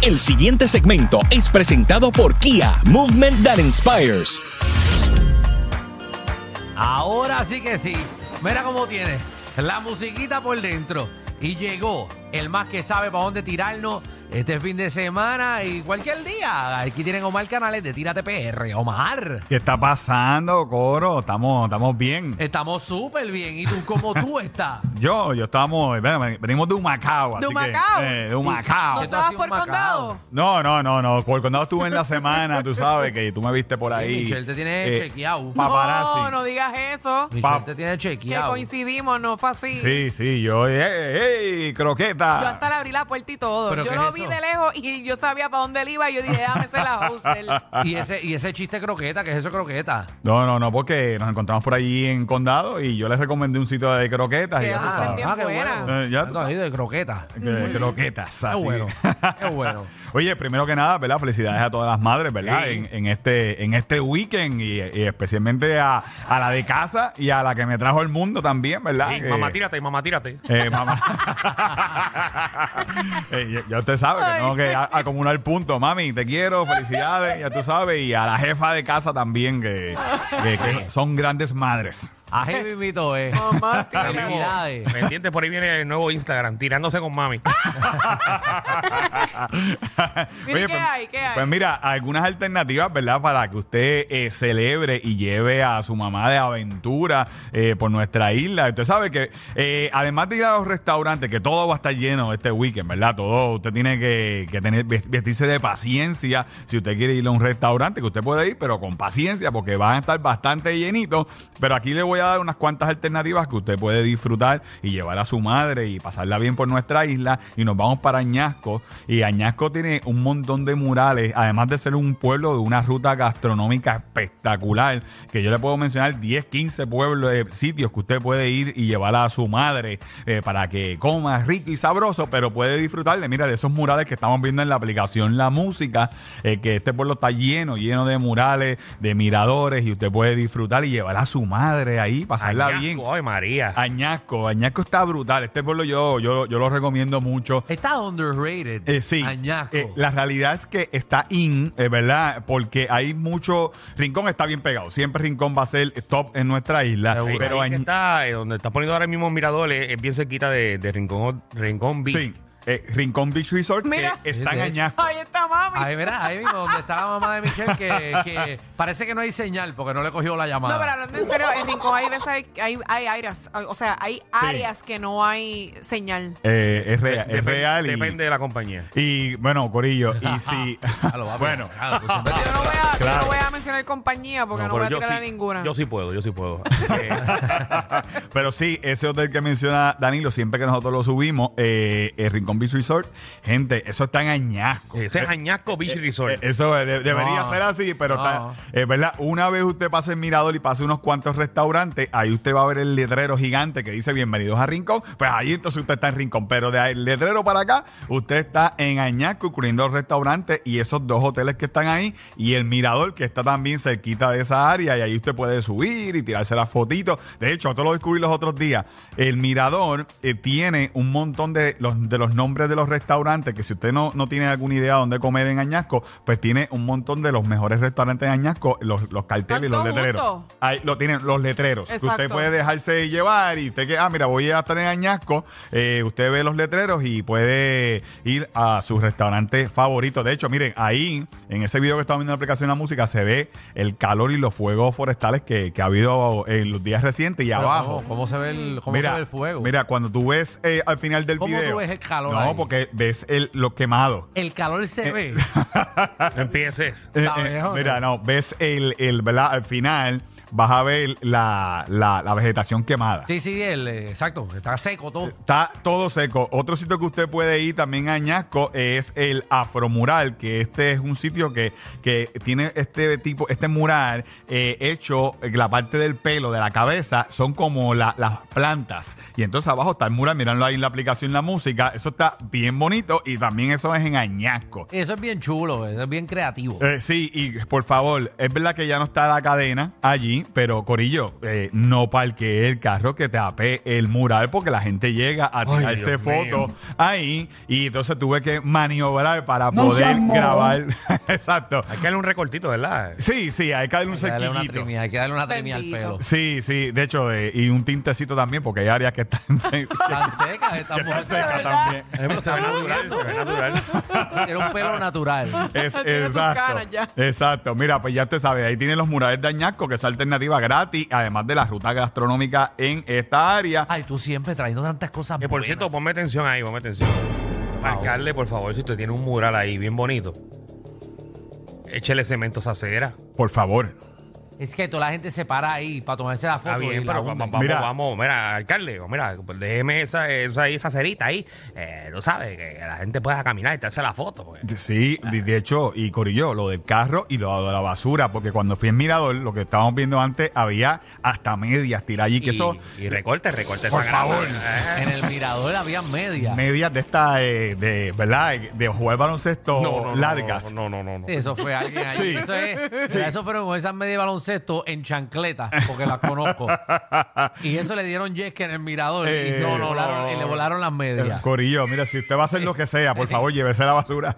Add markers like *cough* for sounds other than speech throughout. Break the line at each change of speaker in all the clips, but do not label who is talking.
El siguiente segmento es presentado por Kia, Movement That Inspires.
Ahora sí que sí. Mira cómo tiene la musiquita por dentro. Y llegó el más que sabe para dónde tirarnos este fin de semana y cualquier día. Aquí tienen Omar Canales de Tírate PR. Omar.
¿Qué está pasando, coro? Estamos, estamos bien.
Estamos súper bien. ¿Y tú cómo
*laughs*
tú estás?
Yo, yo estamos, bueno, ven- venimos de Humacao. así
¿De
que,
Humacao?
eh, de Humacao.
Esto
¿No
ha
estabas
sido
por
un macao.
condado?
No, no, no, no. Por cuando estuve en la semana, tú sabes que tú me viste por ahí. eh,
Michelle te tiene chequeado.
*laughs* Paparazzi.
No, no digas eso.
Michelle
Pap-
te tiene
Que
chequeado.
coincidimos, no fue así.
Sí, ah. sí, yo, ¡ey, ey, croqueta!
Yo hasta le abrí la puerta y todo.
¿Pero
Yo
qué
lo
es
vi
eso?
de lejos y yo sabía para dónde él iba y yo dije, déjame ser la hostel.
Y ese, y ese chiste croqueta, ¿qué es eso croqueta?
No, no, no, porque nos encontramos por allí en Condado y yo les recomendé un sitio de croquetas. Y
Qué
ya tú
hacen
sabes,
bien buena.
Eh, ya tú
Ando ahí de croqueta.
que- croquetas,
Qué
así. *laughs*
bueno. Qué bueno.
Oye, primero que nada, ¿verdad? Felicidades a todas las madres, ¿verdad?
Sí.
En, en este, en este weekend y, y especialmente a, a la de casa y a la que me trajo el mundo también, ¿verdad?
Ey,
Eh,
mamá, tírate, mamá, tírate.
eh, mamá. *laughs* Eh, ya- ya usted sabe que
Ay.
tengo que a- acumular puntos, mami. Te quiero, felicidades, ya tú sabes. Y a la jefa de casa también, que, que- que son grandes madres.
Ají vivito, eh.
Ah. Mamá, tira.
Felicidades.
¿Me entiendes? Por ahí viene el nuevo Instagram, tirándose con mami.
Mira, ¿qué hay? ¿Qué hay?
pues mira, algunas alternativas, ¿verdad? Para que usted eh, celebre y lleve a su mamá de aventura eh, por nuestra isla. Usted sabe que, eh, además de ir a los restaurantes, que todo va a estar lleno este weekend, ¿verdad? Todo, usted tiene que, que tener, vestirse de paciencia si usted quiere ir a un restaurante, que usted puede ir, pero con paciencia, porque van a estar bastante llenitos. Pero aquí le voy a dar unas cuantas alternativas que usted puede disfrutar y llevar a su madre y pasarla bien por nuestra isla. Y nos vamos para Añasco. Y Añasco tiene un montón de murales, además de ser un pueblo de una ruta gastronómica espectacular, que yo le puedo mencionar 10, 15 pueblos, eh, sitios que usted puede ir y llevar a su madre eh, para que coma rico y sabroso, pero puede disfrutar de, mira, de esos murales que estamos viendo en la aplicación La Música, eh, que este pueblo está lleno, lleno de murales, de miradores, y usted puede disfrutar y llevar a su madre ahí, pasarla
Añasco,
bien.
Ay, María.
Añasco, Añasco está brutal. Este pueblo yo, yo, yo lo recomiendo mucho.
Está underrated.
Eh, sí,
Añasco.
Eh, la realidad es que está in, eh, ¿verdad? Porque hay mucho. Rincón está bien pegado. Siempre Rincón va a ser top en nuestra isla.
Ahí-
Pero
ahí que
Añ-
está, eh, donde está poniendo ahora mismo miradores, es bien cerquita de, de Rincón, Rincón Beach.
Sí, eh, Rincón Beach Resort que
Mira.
está en
Sí, de hecho.
Añasco.
Ahí está mami.
Ahí, mira, ahí mismo donde está la mamá de Michelle, que, que parece que no hay señal porque no le cogió la llamada.
No, pero hablando en serio, en Rincón hay veces hay, hay, hay áreas, o sea, hay áreas que no hay señal.
Eh, es, rea- es
Depen-
real. y-
Depende de la compañía.
y, bueno, Corillo, y si.
Ah, lo va a pegar.
bueno.
Ah, pues,
*laughs*
siempre-
Yo no voy a, yo
Claro.
no voy a mencionar compañía porque no,
pero
voy a
yo
tirar a
sí-
ninguna.
Yo sí puedo, yo
*laughs*
sí puedo. Eh,
*laughs* Pero sí, ese hotel que menciona Danilo, siempre que nosotros lo subimos, eh, el Rincón Beach Resort, gente, eso está en Añasco.
ese es Añasco Beach
Eh,
Resort.
Eso eh, de- debería
No.
ser así, pero
No.
está, es verdad, una vez usted pase el mirador y pase unos cuantos restaurantes, ahí usted va a ver el letrero gigante que dice bienvenidos a Rincón, pues ahí entonces usted está en Rincón, pero de ahí el letrero para acá, usted está en Añasco, incluyendo los restaurantes y esos dos hoteles que están ahí y el mirador que está también cerquita de esa área y ahí usted puede subir y tirarse las fotitos. De hecho, esto lo descubrí los otros días. El mirador eh, tiene un montón de los, de los nombres de los restaurantes que si usted no, no tiene alguna idea dónde comer en Añasco, pues tiene un montón de los mejores restaurantes de Añasco, los, los carteles y los
Están todos
letreros.
juntos.
Ahí lo tienen los letreros. que usted
Exacto.
puede dejarse llevar y usted que, ah, mira, voy a estar en Añasco, eh, usted ve los letreros y puede ir a su restaurante favorito. De hecho, miren, ahí, en ese video que estamos viendo en la aplicación de la música, se ve el calor y los fuegos forestales que, que ha habido en los días recientes y
Pero
abajo.
¿Cómo, cómo se ve el, cómo se ve el fuego?
Mira, cuando tú ves eh, al final del
¿Cómo tú
video.
ves el calor
No,
ahí?
porque ves el, lo quemado.
El calor se ve.
No empieces.
Eh,
Está
eh,
mejor,
mira, no, ves el, el, ¿verdad? Al final vas a ver la, la- la vegetación quemada.
Sí, sí, el, eh, exacto. Está seco todo.
Está todo seco. Otro sitio que usted puede ir también a Añasco es el Afromural, que este es un sitio que, que tiene este tipo, este mural eh, hecho, eh, la parte del pelo, de la cabeza, son como la- las plantas. Y entonces abajo está el mural, miranlo ahí en la aplicación, la música. Eso está bien bonito y también eso es en Añasco.
Eso es bien chulo, eso es bien creativo.
Eh, sí, y por favor, es verdad que ya no está la cadena allí, pero Corillo, eh, no parque el carro que tape el mural porque la gente llega a
Ay,
tirarse
Dios
fotos
mío.
ahí y entonces tuve que maniobrar para poder grabar. *laughs* Exacto.
Hay que darle un recortito, ¿verdad?
Sí, sí, hay que darle un
Hay que darle una
cerquillito.
trimia, hay que darle una trimia al pelo.
Bendito.
Sí, sí, de hecho, eh, y un tintecito también porque hay áreas que están *laughs* se-
Tan seca esta
que están
*laughs*
mujer.
secas también.
Eh, pero Se ve natural, se ve natural.
Era un pelo natural.
Es,
Tiene sus
exacto,
canas ya.
exacto. Mira, pues ya te sabes, ahí tienen los murales de Añasco, que es alternativa gratis, además de la ruta gastronómica en esta área.
Ay, tú siempre trayendo tantas cosas
Que por cierto,
buenas.
ponme atención ahí, ponme atención. Marcarle, por favor, si usted tiene un mural ahí bien bonito, échele cemento a esa acera.
Por favor.
Es que toda la gente se para ahí para tomarse la foto.
Está bien,
y la
pero va- va-
hunden.
vamos,
Mira.
vamos, mira, alcalde, o mira, pues déjeme esa, esa, ahí, esa cerita ahí, eh, tú sabes, que la gente pueda caminar y te hace la foto. pues. porque-
Sí, de de hecho, y Corillo, lo del carro y lo de la basura, porque cuando fui en Mirador, lo que estábamos viendo antes, había hasta medias tirar allí, que
Y,
eso,
y recorte, recorte
Por
esa grama.
favor.
Eh,
En el mirador había media.
medias de esta, eh, de, ¿verdad? De jugar baloncesto
no, no, no,
largas.
No, no, no. no.
Sí, eso fue alguien ahí.
Sí.
Eso, es,
Sí.
eso fueron esas medias de baloncesto en chancleta, porque las conozco.
*laughs*
y eso le dieron yesca en el mirador y,
Eh,
se
no,
lo
no,
volaron, y le volaron las medias.
Corillo, mira, si usted va a hacer lo que sea, por favor, llévese la basura.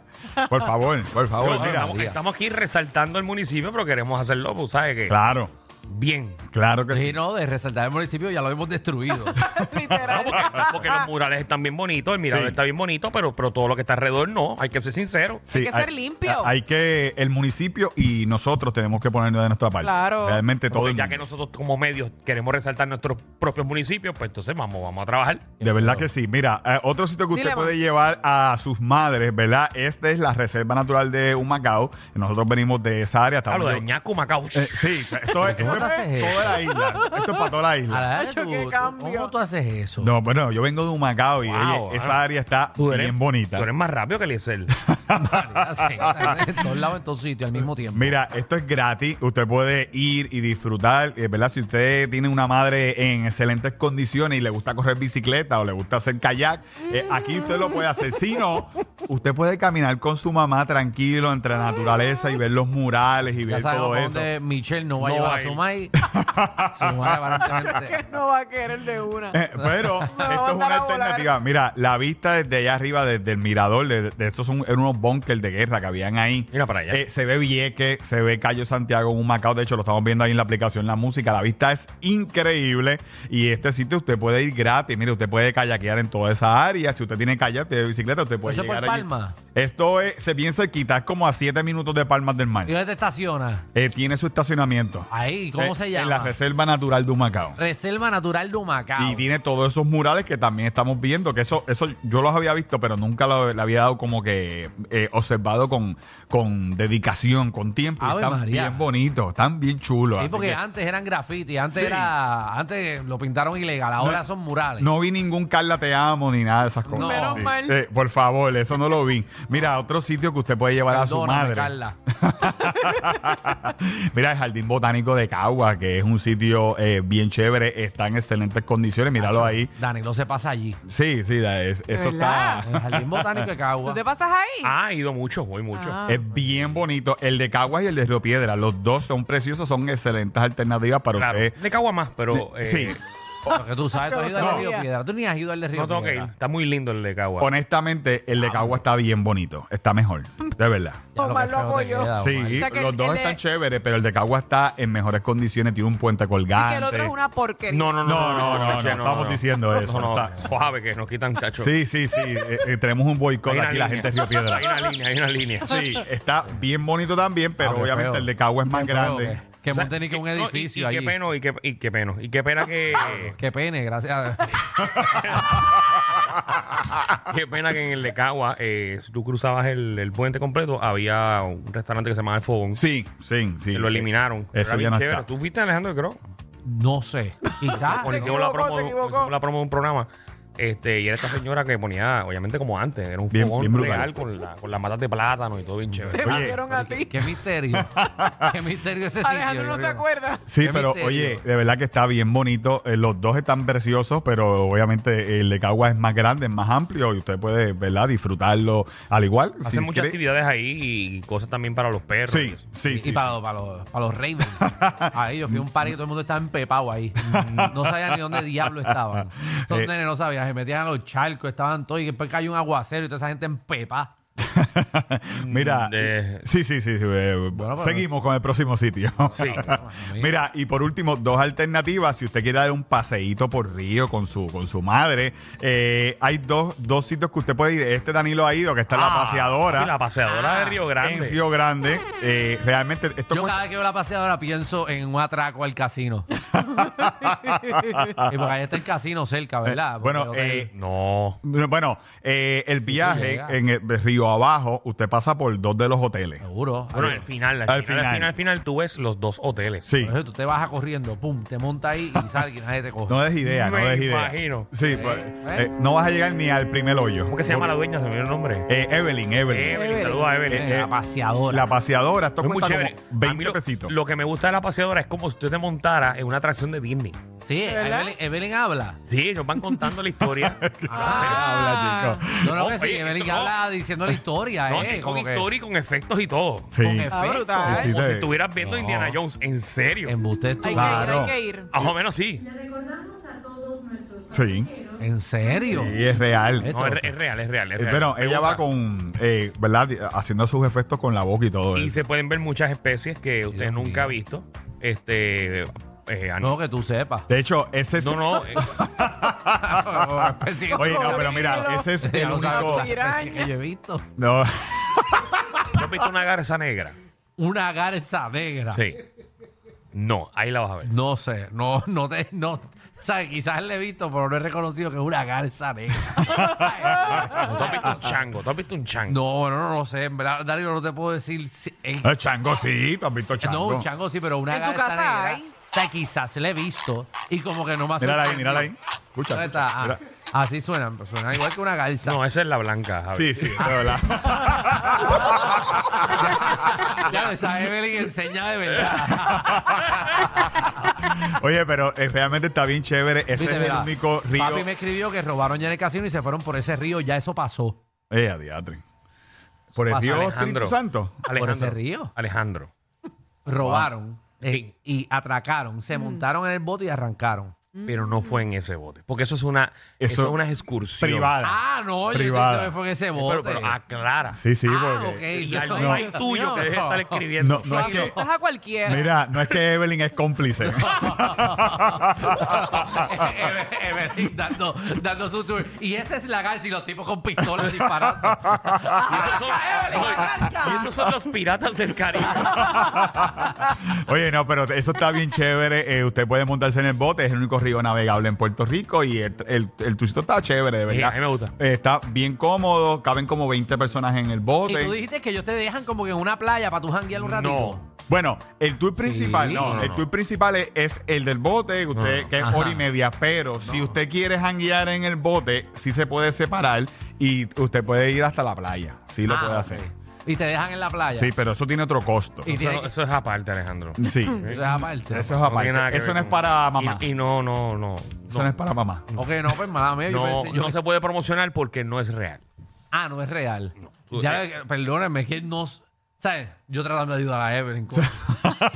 Por favor, por favor,
Bueno,
mira.
estamos, estamos aquí resaltando el municipio, pero queremos hacerlo, pues, ¿sabes qué?
Claro,
Bien.
claro que
Sí,
sí.
no, de resaltar el municipio ya lo hemos
*laughs*
destruido.
*laughs*
Literal.
Ah, Porque los murales están bien bonitos, el mirador
Sí.
está bien bonito, pero, pero todo lo que está alrededor no, hay que ser sincero.
Sí,
Hay que ser limpio.
Hay que, el municipio y nosotros tenemos que ponernos de nuestra parte.
Claro.
Realmente todo.
Porque
el
ya
mundo.
que nosotros como medios queremos resaltar nuestros propios municipios, pues entonces vamos, vamos a trabajar.
De verdad que sí. Mira, eh, otro sitio que usted
Dile, ma.
puede llevar a sus madres, ¿verdad? Esta es la Reserva Natural de Humacao. Nosotros venimos de esa área.
Claro, de
llevando-
Ñaco, Macao.
Eh, sí, esto es,
¿Cómo
esto
tú
es
haces eso?
toda la isla. Esto es para toda la
A
isla.
la
Hacho,
tú-
qué
tú-
cambio.
¿Cómo tú haces eso?
No, bueno, yo vengo de Humacao y
Wow,
ella-
ah.
esa área está
*laughs* Tú eres-
bien bonita.
Tú eres más rápido que
*laughs*
Eliezer.
Maldita sea, en todos lados, en todos sitios, al mismo tiempo.
Mira, esto es gratis. Usted puede ir y disfrutar, eh, ¿verdad? Si usted tiene una madre en excelentes condiciones y le gusta correr bicicleta o le gusta hacer kayak, eh, aquí usted lo puede hacer. Si no, usted puede caminar con su mamá tranquilo entre la naturaleza y ver los murales y
ya
ver
sabemos
todo
por
eso.
dónde Michelle no va
No
a llevar
va a
a
*laughs*
ir.
Sumay. Sumay, aparentemente.
*laughs* que no va a querer de una.
*laughs* Eh, pero
Me va
esto
a
es
mandar
una
a volar.
alternativa. Mira, la vista desde allá arriba, desde el mirador, de, de estos son eran unos bunkers de guerra que habían ahí.
Mira para allá.
Eh, se ve Vieque, se ve Cayo Santiago, un Macao. De hecho, lo estamos viendo ahí en la aplicación La Música. La vista es increíble. Y este sitio usted puede ir gratis. Mire, usted puede kayakear en toda esa área. Si usted tiene kayak, tiene bicicleta, usted puede
¿Eso es por
llegar allí.
Palma?
Esto es, se piensa quitar como a 7 minutos de Palmas del Mar.
¿Y dónde te estacionas?
Eh, tiene su estacionamiento.
Ahí, ¿cómo
Eh,
se llama?
En la Reserva Natural de Humacao.
Reserva Natural de Humacao.
Y tiene todos esos murales que también estamos viendo, que eso, eso yo los había visto, pero nunca lo, le había dado como que eh, observado con, con dedicación, con tiempo. Y
Ave
están
María.
bien bonitos, están bien chulos.
Sí,
así
porque
que
antes eran graffiti, antes
Sí.
era, antes lo pintaron ilegal, ahora son murales.
no vi ningún Carla Te Amo ni nada de esas cosas.
No. Menos
Sí.
mal.
Eh, por favor, eso no lo vi. Mira, otro sitio que usted puede llevar a su
Perdóname,
madre.
Carla.
Mira, el Jardín Botánico de Cagua, que es un sitio eh, bien chévere, está en excelentes condiciones. Míralo ahí.
*laughs* Dani, no se pasa allí. Ah,
Sí, sí, da- es- eso
verdad?
está.
En el Jardín Botánico de Cagua.
¿Tú te pasas ahí?
Ah, he ido mucho, voy mucho.
Ah.
Es bien bonito. El de Caguas y el de Río Piedra. Los dos son preciosos, son excelentes alternativas para
Claro,
usted.
de Caguas más, pero eh,
sí.
Porque tú sabes, tú has ido al
Yo no
de Río
sabía.
Piedra. Tú ni has ido al de Río
no tengo que ir.
Piedra.
Está muy lindo el de Caguas.
Honestamente, el
Ah.
de Caguas está bien bonito. Está mejor, de
*laughs*
verdad.
Ya
Omar
que
lo
feo te
apoyó.
queda,
Ah,
Omar.
Sí,
O sea que
los
el-
dos
el de-
están chéveres, pero el de Caguas está en mejores condiciones, tiene un puente
Y
colgante.
que el otro es una porquería.
No, no, no,
No,
no,
no, no,
che,
no, estamos diciendo eso,
No,
no
no,
está.
suave que nos quitan cacho.
Sí, sí, sí. eh, eh, tenemos un boicot
Hay una
aquí, la
línea.
gente de Río
*laughs*
Piedra.
Hay una línea, hay una línea.
Sí, está bien bonito también, pero
Ah, qué
obviamente
feo.
el de Caguas es más
Qué feo
grande.
que- Que
O sea,
monten y que un
no, y-
edificio
y,
allí.
qué pena, y qué, y qué pena, y qué pena que...
*laughs*
Qué pene, gracias.
Qué pena que en el de Cagua, eh, si tú cruzabas el, el puente completo, había un restaurante que se llamaba El Fogón.
Sí, sí, sí. Eh,
Que lo eliminaron. Pero
Eso
era
ya
bien
no
chévere.
está.
¿Tú viste a Alejandro de Croo?
No
*laughs*
sé. Quizás.
Porque hicimos la
equivocó,
promo,
Ah, se equivocó.
hicimos la promo de un programa. Este, y era esta señora que ponía, obviamente como antes, era un
Bien-
fogón
bien brutal.
real con, la- con las matas de plátano y todo bien chévere.
Te batieron a ti.
Qué misterio. Qué misterio
*laughs*
ese sitio.
Alejandro no
yo
se
creo.
acuerda.
Sí,
Qué
pero
misterio.
oye, de verdad que está bien bonito. Eh, los dos están preciosos, pero obviamente el de Cagua es más grande, es más amplio y usted puede, ¿verdad?, disfrutarlo al igual.
Hacen
si
muchas
quiere.
actividades ahí y cosas también para los perros. y
Sí,
eso.
sí,
y,
sí.
y
*laughs*
para, los- para los, para los Ravens. Ahí yo fui a un par y todo el mundo estaba empepado ahí. No sabía ni dónde diablo estaban. Esos
Eh.
nenes no sabían. Se metían a los charcos, estaban todos. Y después cayó un aguacero y toda esa gente empepa.
Mira,
Mm, de-
sí, sí, sí. sí, eh,
pero-
seguimos con el próximo sitio. *laughs*
Sí.
Mira, y por último, dos alternativas. Si usted quiere dar un paseíto por Río con su, con su madre, eh, hay dos, dos sitios que usted puede ir. Este Danilo ha ido, que está en la
Ah,
paseadora.
y la paseadora
Ah.
de Río Grande.
En Río Grande. Eh, realmente, esto
Yo
cuesta-
cada vez que veo la paseadora pienso en un atraco al
*laughs*
casino. y porque ahí está el casino cerca, ¿verdad? Porque
Bueno,
el hotel-
eh,
No.
Bueno, eh, el viaje
llega.
en el- de Río Abajo, usted pasa por dos de los hoteles.
seguro.
Bueno,
Ahí-
al final, al,
Al
final, al
final.
final, al final tú ves los dos hoteles.
Sí.
Por eso tú te bajas corriendo, pum, te montas ahí y sales y nadie te coge.
No eh, des idea, no
Me
des idea.
imagino.
Sí, pues, eh, no vas a llegar ni al primer hoyo.
¿Cómo que se llama la dueña? Se me olvidó el nombre.
Eh, Evelyn, Evelyn.
Evelyn, saluda a Evelyn.
Eh, la paseadora.
La paseadora, esto
Es muy
cuesta como
chévere. A
20
mí lo,
pesitos.
Lo que me gusta de la paseadora es como si tú te montara en una atracción de Disney.
sí,
¿De verdad?
Evelyn, Evelyn habla.
Sí, ellos van contando la
*laughs*
historia.
Ah, Habla, chico.
No, no,
No,
que sí,
oye,
Evelyn
esto-
habla diciendo la historia,
No,
¿eh?
que con
como que-
historia y con efectos y todo.
Sí.
con
Ah,
efecto.
brutal.
Sí, sí.
Como si estuvieras viendo
No.
Indiana Jones, en serio.
Embuste tú.
Hay que ir,
Claro.
hay que ir.
Más o menos sí.
Le recordamos a todos nuestros
Sí.
pasajeros
¿En serio?
Sí, es real.
Eh,
No, es, re- es real, es real. es
Eh,
real.
Bueno,
Me
ella
gusta.
va con, eh, ¿verdad? Haciendo sus efectos con la boca y todo
Y
eso.
se pueden ver muchas especies que usted
Dios
nunca ha visto. Este. eh, an-
No, que tú sepas.
De hecho, ese es...
no, no. eh,
Oye, no, pero mira,
*laughs*
ese es
Ya
*laughs* el
lo sabes,
único...
la especie *laughs* que yo he visto.
*laughs* No,
¿tú has visto una garza negra?
Una garza negra.
Sí. No, ahí la vas a ver.
No sé, no, no te, no, o sea, quizás le he visto, pero no he reconocido que es una garza
Ah.
No, tú has visto un
negra.
chango. Tú has visto un chango.
no, no, no, no sé, en verdad, Darío, no te puedo decir. si- en-
el chango sí, tú has visto
no,
chango.
un chango sí, pero una
¿En tu
garza
casa
negra.
hay?
O sea, quizás le he visto y como que no me ha
Mírala ahí,
sorprendido.
mírala ahí. Escucha,
¿Dónde
escucha,
está? Ah,
mira.
así suena, pues, suena igual que una garza. *laughs*
No, eh. esa es la blanca. Javi.
Sí, sí, de verdad. *laughs*
Claro, esa Evelyn enseña de verdad.
Oye, pero eh, realmente está bien chévere. Ese
Viste,
es el
mira,
único río.
Papi me escribió que robaron ya en el casino y se fueron por ese río, ya eso pasó.
Eh, adiatre. Por el
Pasa,
río
Alejandro.
Espíritu Santo.
Por ese río.
Alejandro.
robaron eh, y atracaron,
Mm.
se montaron en el bote y arrancaron.
Pero no fue en ese bote. Porque eso es una, eso
Mm. Eso-
es una excursión. Eh,
Privada.
Ah, no, yo
Privada.
pensé que fue en ese bote.
Pero, pero aclara.
Sí, sí,
ah,
porque.
ok.
Y
yo-
al
no.
no,
Dios
tuyo
mío.
que debe estar
No,
escribiendo.
Lo
no es que-
asustas a cualquiera.
*laughs* Mira, no es que Evelyn es cómplice. *laughs*
*laughs* Evelyn dando, dando su tour. Y esa es la garza y los tipos con pistolas disparando.
*laughs*
¡Ah,
Y esos
*laughs*
son- y esos son los piratas del Caribe.
Oye, no, pero eso está bien chévere. Eh, usted puede montarse en el bote, es el único río navegable en Puerto Rico y el, el, el tucito está chévere, de verdad.
Sí, a mí me gusta.
Eh, está bien cómodo, caben como 20 personas en el
y tú
bote.
dijiste que ellos te dejan como que en una playa para tú janguear un ratito.
No.
Bueno, el tour principal,
Sí.
no,
No, no,
el
no.
tour principal es, es el del bote, que usted,
no.
que es
Ajá.
hora y media, pero si usted quiere janguear en el bote, sí se puede separar y usted puede ir hasta la playa, sí lo
Ah,
puede
ok.
hacer.
Y te dejan en la playa.
Sí, pero eso tiene otro costo.
Y tiene
Eso,
que-
eso es aparte, Alejandro.
*laughs*
Sí.
eso es aparte.
Eso es
No
aparte.
tiene nada que
eso
ver
no es
con-
para mamá.
Y, y no, no, no.
eso no.
No,
es para mamá.
Ok, no, pues mala mía. yo
no,
pensé- yo-
no se puede promocionar porque no es real.
Ah, no es real.
No.
Ya, eh, perdónenme, es que no. ¿Sabes? Yo tratando de ayudar a Evelyn. coño.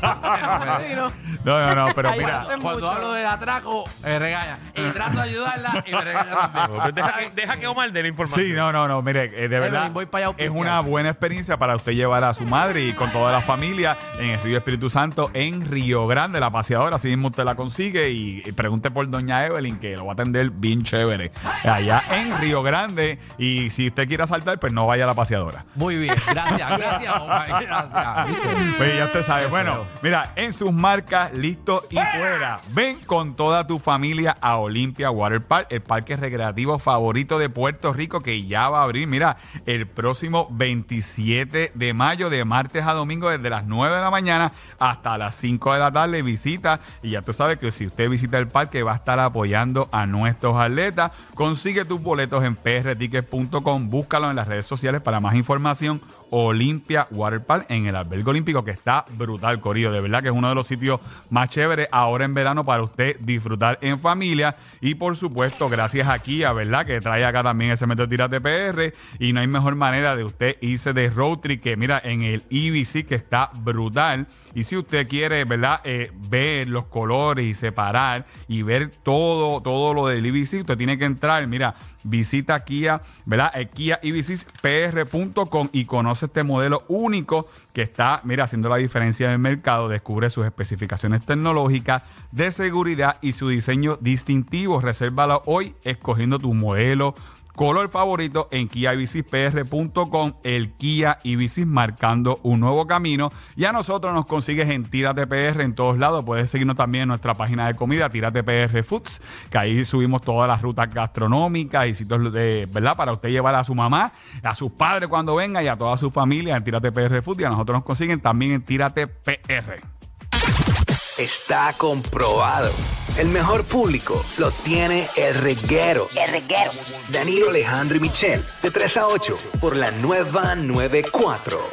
Sí, ¿no?
No, no, no, pero
Ay,
mira.
Es
Ah, Cuando
mucho.
hablo de atraco, me regaña. Y trato de ayudarla y me regaña
No, pero
también.
Ah. Pues deja, que- deja que Omar dé la información.
Sí, no, no, no, mire, eh, de verdad
voy para allá
es
auspiciado.
una buena experiencia para usted llevar a su madre y con toda la familia en el Río Espíritu Santo en Río Grande, la paseadora, así mismo usted la consigue y, y pregunte por doña Evelyn que lo va a atender bien chévere allá en Río Grande y si usted quiere saltar, pues no vaya a la paseadora.
Muy bien, gracias. Gracias, Omar.
*laughs* Pues ya usted sabe. Bueno,
feo.
mira, en sus marcas, listo y fuera. Ven con toda tu familia a Olimpia Water Park, el parque recreativo favorito de Puerto Rico que ya va a abrir, mira, el próximo 27 de mayo, de martes a domingo, desde las 9 de la mañana hasta las 5 de la tarde. Visita y ya tú sabes que si usted visita el parque va a estar apoyando a nuestros atletas. Consigue tus boletos en prtickets.com, búscalo en las redes sociales para más información. Olimpia Water Park en el albergue olímpico que está brutal, Corillo. De verdad que es uno de los sitios más chéveres ahora en verano para usted disfrutar en familia. Y por supuesto, gracias a Kia, ¿verdad? Que trae acá también ese método Tirate PR. Y no hay mejor manera de usted irse de road trip que mira en el EBC que está brutal. Y si usted quiere, ¿verdad? Eh, ver los colores y separar y ver todo, todo lo del EBC, usted tiene que entrar, mira, visita Kia, ¿verdad? Eh, Kia EBC PR.com y conoce este modelo único que está, mira, haciendo la diferencia en el mercado. Descubre sus especificaciones tecnológicas de seguridad y su diseño distintivo. Resérvalo hoy escogiendo tu modelo. Color favorito en KiaIBCPR.com, el Kia Ibisis marcando un nuevo camino. Y a nosotros nos consigues en Tírate PR en todos lados. Puedes seguirnos también en nuestra página de comida, Tírate PR Foods, que ahí subimos todas las rutas gastronómicas y sitios de, ¿verdad? Para usted llevar a su mamá, a sus padres cuando venga y a toda su familia en Tírate PR Foods. Y a nosotros nos consiguen también en Tírate PR.
Está comprobado. El mejor público lo tiene el reguero. El reguero. Danilo Alejandro y Michel, de 3 a 8, por la nueva 94.